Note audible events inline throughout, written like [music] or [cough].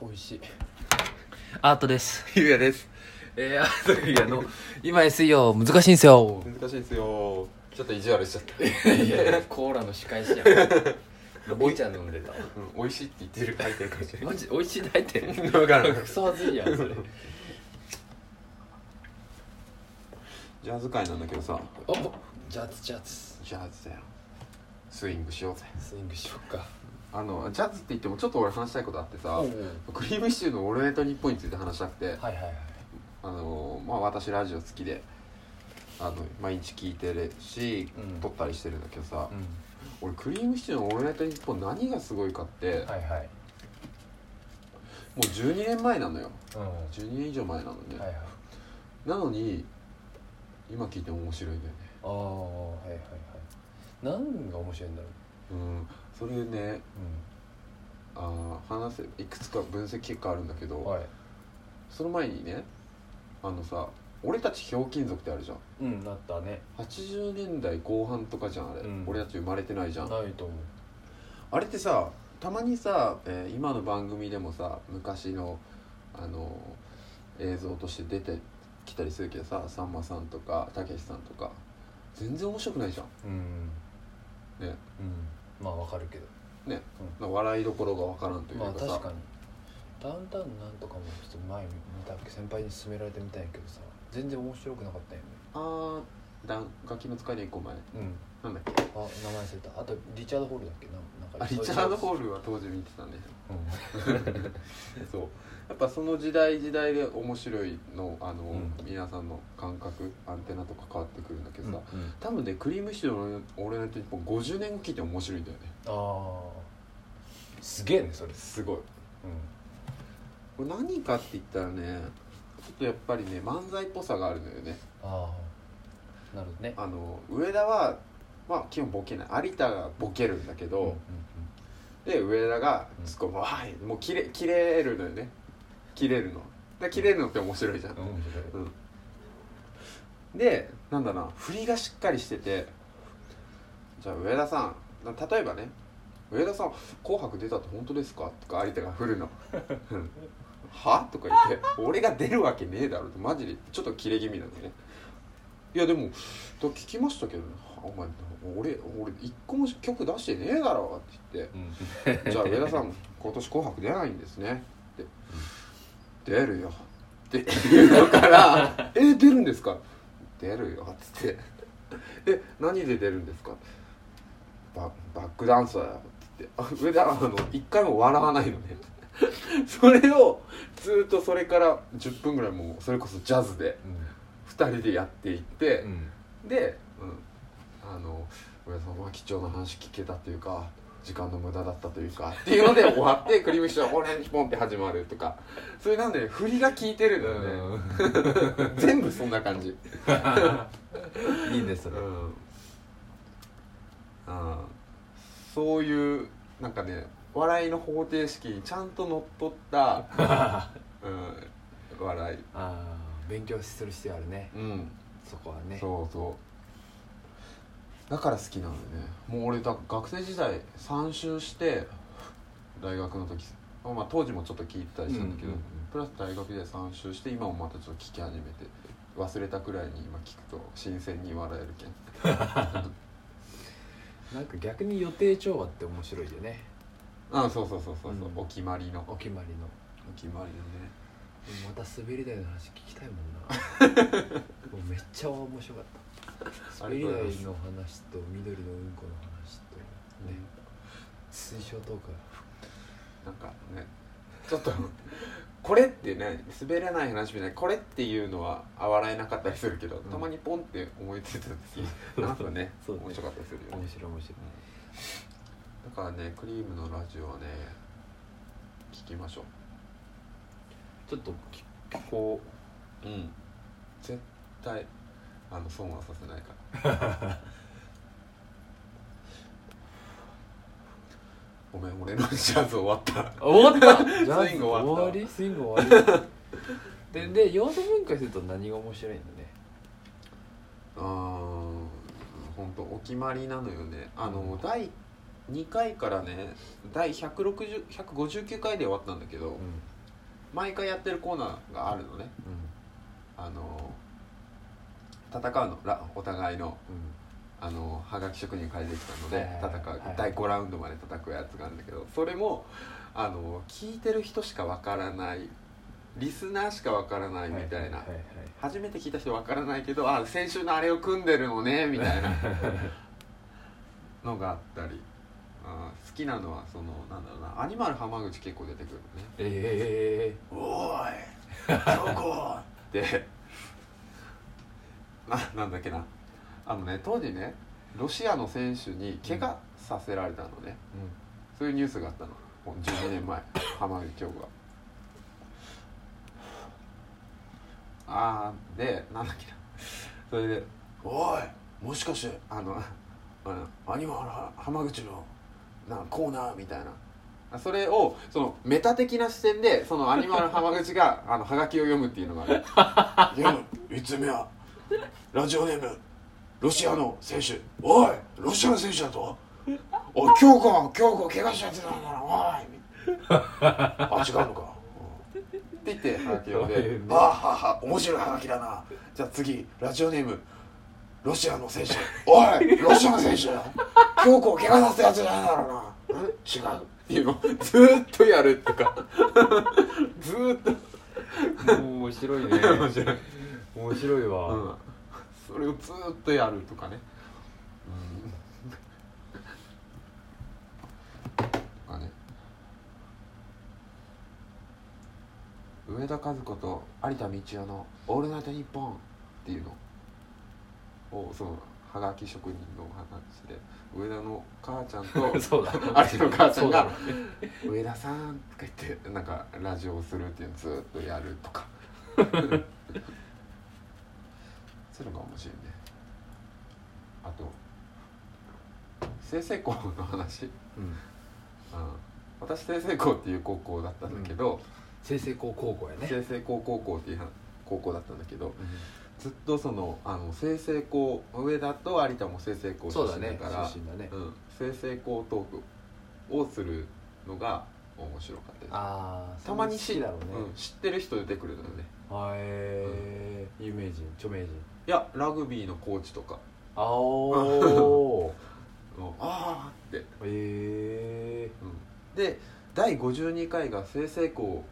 美味しいアートです。ゆうやですえー、アートゆうやの、今 S よ、難しいんすよ。難しいですよちょっと意地悪しちゃった、いやいや、コーラの仕返しやん。 [laughs] おいちゃん飲んでた。うん、美味しいって言ってる書いてるかもしれなマジ、おいしい大ってい分からんクソまずいやん、 [laughs] それ。ジャズ界なんだけどさおジャズジャズ。ジャズだよスイングしようぜスイングしようか。あのジャズって言ってもちょっと俺話したいことあってさおうおうクリームシチューの「オールナイトニッポン」について話したくてはいはいはい。あのまあ私ラジオ好きであの毎日聞いてるし、うん撮ったりしてるんだけどさ、う俺クリームシチューの「オールナイトニッポン」何がすごいかって、はいはい。もう12年前なのようん。は12年以上前なのね、いはい。なのに今聞いても面白いんだよねああ、はいはいはい。何が面白いんだろう。うんそれねあー話せいくつか分析結果あるんだけうど、ん。はい。その前にねあのさ俺たちひょうきん族ってあるじゃんうん、なったね。 80年代後半とかじゃんあれ、うん俺たち生まれてないじゃんないと思う。あれってさたまにさ、えー今の番組でもさ昔のあのー映像として出てきたりするけどささんまさんとかたけしさんとか全然面白くないじゃんうん。ねうん。まあ、わかるけど。なんか笑いどころがわからんというかまさあ、確かにダウンタウンなんとかもちょっと前見た先輩に勧められてみたんやけどさ全然面白くなかったよねあーだ楽器の使いで1個前うんなんだっけあ名前忘れたあとリチャード・ホールだっけななんかあリチャード・ホーールは当時見てたねル、うん、そうやっぱその時代時代で面白いのあの、うん皆さんの感覚アンテナとか変わってくるんだけどさ、うんうん多分ねクリームシチューの「俺の日本50年後聞いても面白いんだよねああすげえねそれすごいうんこれ何かって言ったらねちょっとやっぱりね漫才っぽさがあるのよねああなるほどねあの上田はまあ基本ボケない有田がボケるんだけど、うんうんで上田がうんツッコミわーいもう切れ切れるのよね切れるので切れるのって面白いじゃうん、ん面白いでなんだな振りがしっかりしててじゃあ上田さんな例えばね上田さん「紅白出たって本当ですか?」とか相手が振るの「うんは?」とか言って「俺が出るわけねえだろ」とマジでちょっと切れ気味なんでねいやでもと聞きましたけど、お前俺俺一個も曲出してねえだろって言ってうん [laughs] じゃあ上田さん今年「紅白」出ないんですねって出るよって言うのから「 [laughs] え出るんですか?」出るよっつって「え何で出るんですか?」ババックダンサーよって言ってあ上田はあの一回も笑わないのね [laughs] それをずっとそれから10分ぐらいもうそれこそジャズで2人でやっていって、うんで、うん、あの上田さんは貴重な話聞けたというか時間の無駄だったというかっていうので終わ [laughs] ってクリームシチューはオレンジポンって始まるとかそれなんで振りが効いてるんだよね [laughs] 全部そんな感じうんいいねそれうんあーそういうなんかね笑いの方程式にちゃんとのっと [laughs] った、うん、笑いああ勉強する必要あるねうんそこはねそうそうだから好きなんだよねもう俺だ学生時代3周して大学の時まあまあ当時もちょっと聞いてたりしたんだけど、うんうんプラス大学で3周して今もまたちょっと聞き始めて忘れたくらいに今聞くと新鮮に笑えるけんなんか逆に予定調和って面白いよねあそうそうそうそうそう、うんお決まりのお決まりのお決まりのねまた滑り台の話聞きたいもんな [laughs] もうめっちゃ面白かったあ滑りりが台とうございますの話と緑のうんこの話とね水晶トークなんかねちょっと [laughs] これってね滑らない話みたいなこれっていうのは笑えなかったりするけど、んたまにポンって思いついた時なんかねそうね面白かったりするよね面白い面白いだからねクリームのラジオはね聞きましょちょっとき聞こううん絶対あの損はさせないから [laughs] ごめん俺のジャズ終わったう終わったじゃあ [laughs] スイング終わった終わりスイング終わ [laughs] りでで要素分解すると何が面白いんだねあーほんとお決まりなのよねあの、うん第1 2回からね第160 159回で終わったんだけど、うん毎回やってるコーナーがあるのねあの戦うのらお互いのうあのはがき職人会できたのはでいはいはい戦う、はい第5ラウンドまで叩くやつがあるんだけどそれもあの聞いてる人しかわからないリスナーしかわからないんみたいな、はいはいはい初めて聞いた人わからないけどあ先週のあれを組んでるのねみたいなのがあったりあ好きなのはそのなんだろうなアニマル浜口結構出てくるのねえ「おーいどこ?」ってななんだっけなあのね当時ねロシアの選手に怪我させられたのね、えうんそういうニュースがあったのもう12年 [coughs] 前浜口京子がああでなんだっけなそれで「おいもしかしてあのあのアニマルは浜口のなんコーナー」みたいなあそれをそのメタ的な視点でそのアニマル浜口があのハガキを読むっていうのがね読むいつ目はラジオネームロシアの選手おいロシアの選手だとおい京子京子怪我したやつなんだなおいあ違うのかうんって言ってハガキ読んでああはは面白いハガキだなじゃあ次ラジオネームロシアの選手おいロシアの選手だ京子を怪我させたやつじゃないだろうな違うっていうのをずーっとやるとか [laughs] ずーっと面白いね [laughs] 面白い面白いわ、うん、それをずーっとやるとかね、うん、とかね上田和子と有田道夫の「オールナイトニッポン」っていうのをそのはがき職人の話で上田の母ちゃん [laughs] と [laughs] そうだ有田の母ちゃそんがうだね「上田さん」とか言ってなんかラジオをするっていうのをずーっとやるとか [laughs] そういうのが面白いねあと済々校の話、うん、うん私済々校っていう高校だったんだけど清成高高校やね済々校高校っていう高校だったんだけどずっとそのあの済々校上田と有田も済々校そうだ出身だねから出身だねうん、済々校トークをするのが面白かったですああたまに好きだろうねうん、知ってる人出てくるのよねはえー有名人著 [laughs] 名人いやラグビーのコーチとかあおーうんああって、えうん、で第52回が済々校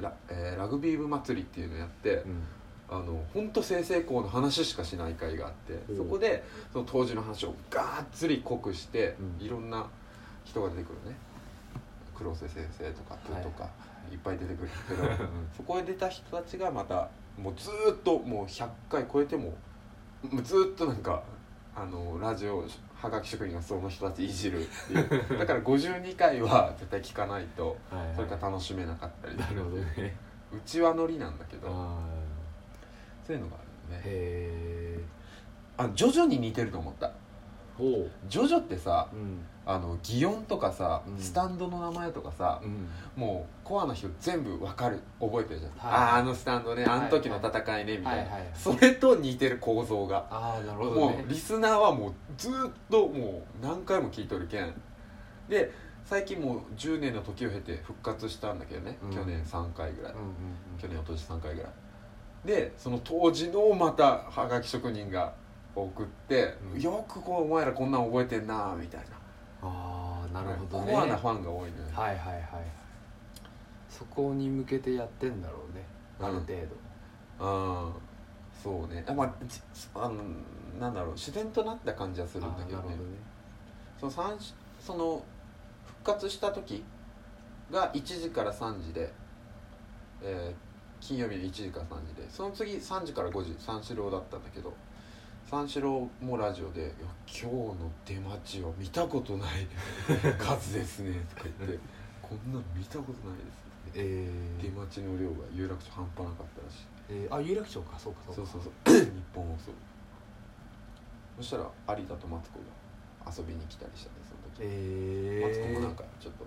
ラ,、えーラグビー部祭りっていうのやって、ーうんあの本当済々校の話しかしない会があってうんそこでその当時の話をがっつり濃くして、うんいろんな人が出てくるね黒瀬先生とかプーとか、い、っぱい出てくるけどそこへ出た人たちがまたもうずーっともう100回超えてももうずーっとなんかあのラジオはがき職人がその人たちいじるっ [laughs] ていうだから52回は絶対聞かないとはいはいそれが楽しめなかったりなるほ [laughs] どねうちはノリなんだけどあそういうのがあるーよねへえあジョジョに似てると思ったおうジョジョってさうんあの擬音とかさ、うんスタンドの名前とかさ、うんもうコアな人全部わかる覚えてるじゃん、はいあああのスタンドねあの時の戦いね、みたいな、はいはいそれと似てる構造が、ああなるほどもねうリスナーはもうずーっともう何回も聞いとるけんで最近もう10年の時を経て復活したんだけどね、うん去年3回ぐらい、うんうんうん去年おとし3回ぐらいでその当時のまたはがき職人が送って、うんよくこうお前らこんなん覚えてんなみたいああななるほどねコアなファンが多いのよ、はいはいはいはいそこに向けてやってんだろうねうんある程度、ああそうねあまあじあのなんだろう自然となった感じはするんだけどあーなねるほどねその三しその復活した時が1時から3時で、えー金曜日の1時から3時でその次3時から5時三四郎だったんだけど三四郎もラジオでいや「今日の出待ちは見たことない [laughs] 数ですね」とか言って「こんなの見たことないですね」え出待ちの量が有楽町半端なかったらしいーえーあ有楽町かそうかそうかそうそうそう日本放送そしたら有田とマツコが遊びに来たりしたねその時、えマツー、コもなんかちょっと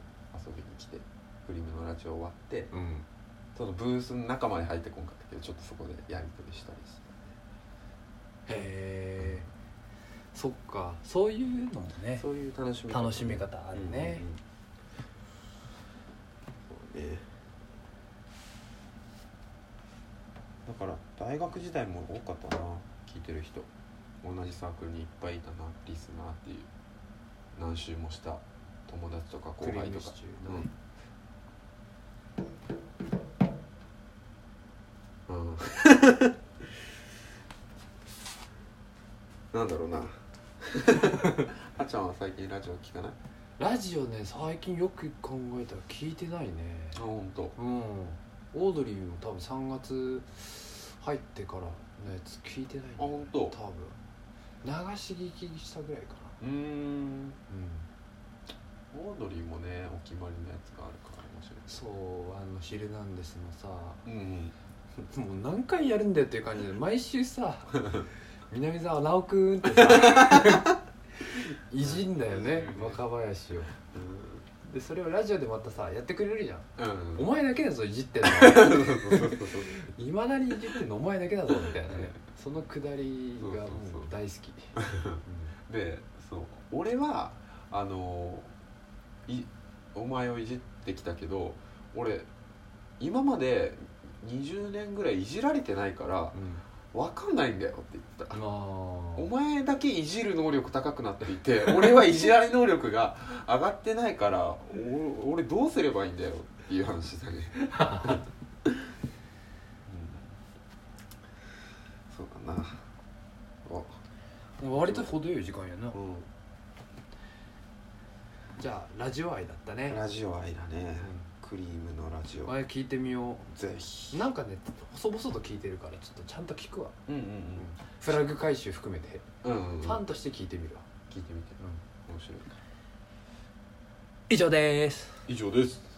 遊びに来てフリムのラジオ終わってうんそのブースの中まで入ってこんかったけどちょっとそこでやり取りしたりしへてえそっかそういうのもねそういう楽しみ楽しみ方あるね、うんうんうんそうねだから大学時代も多かったな聞いてる人同じサークルにいっぱいいたなリスナーっていう何周もした友達とか後輩クリーとムかシチュうん、うん [laughs] なんだろうな [laughs] あちゃんは最近ラジオ聞かないラジオね最近よく考えたら聞いてないねあ本当。うんオードリーも多分3月入ってからのやつ聞いてないんあだよ本当。多分流し聞きしたぐらいかなうーんうんオードリーもねお決まりのやつがあるから面白いそうあの「ヒルナンデス」のさうんもう何回やるんだよっていう感じで毎週 [laughs] さ南沢直くんってさ [laughs] いじんだよね若林をでそれをラジオでまたさやってくれるじゃんうおん前だけだぞいじってん [laughs] のいまだにいじってんのお前だけだぞみたいなねそのくだりがもう大好 [laughs] き [laughs] でそう俺はあのいお前をいじってきたけど俺今まで20年ぐらいいじられてないからうん分かんないんだよって言ってたまあお前だけいじる能力高くなっていて [laughs] 俺はいじられ能力が上がってないからお俺どうすればいいんだよっていう話だね [laughs] うんそうだなあ割と程よい時間やなうじゃあラジオ愛だったねんラジオ愛だねうクリームのラジんあオれ聞いてみよぜひうなんかね細々と聞いてるからちょっとちゃんと聞くわうんフラグ回収含めてうんうんうんファンとして聞いてみるわ聞いてみて面白い以上です以上です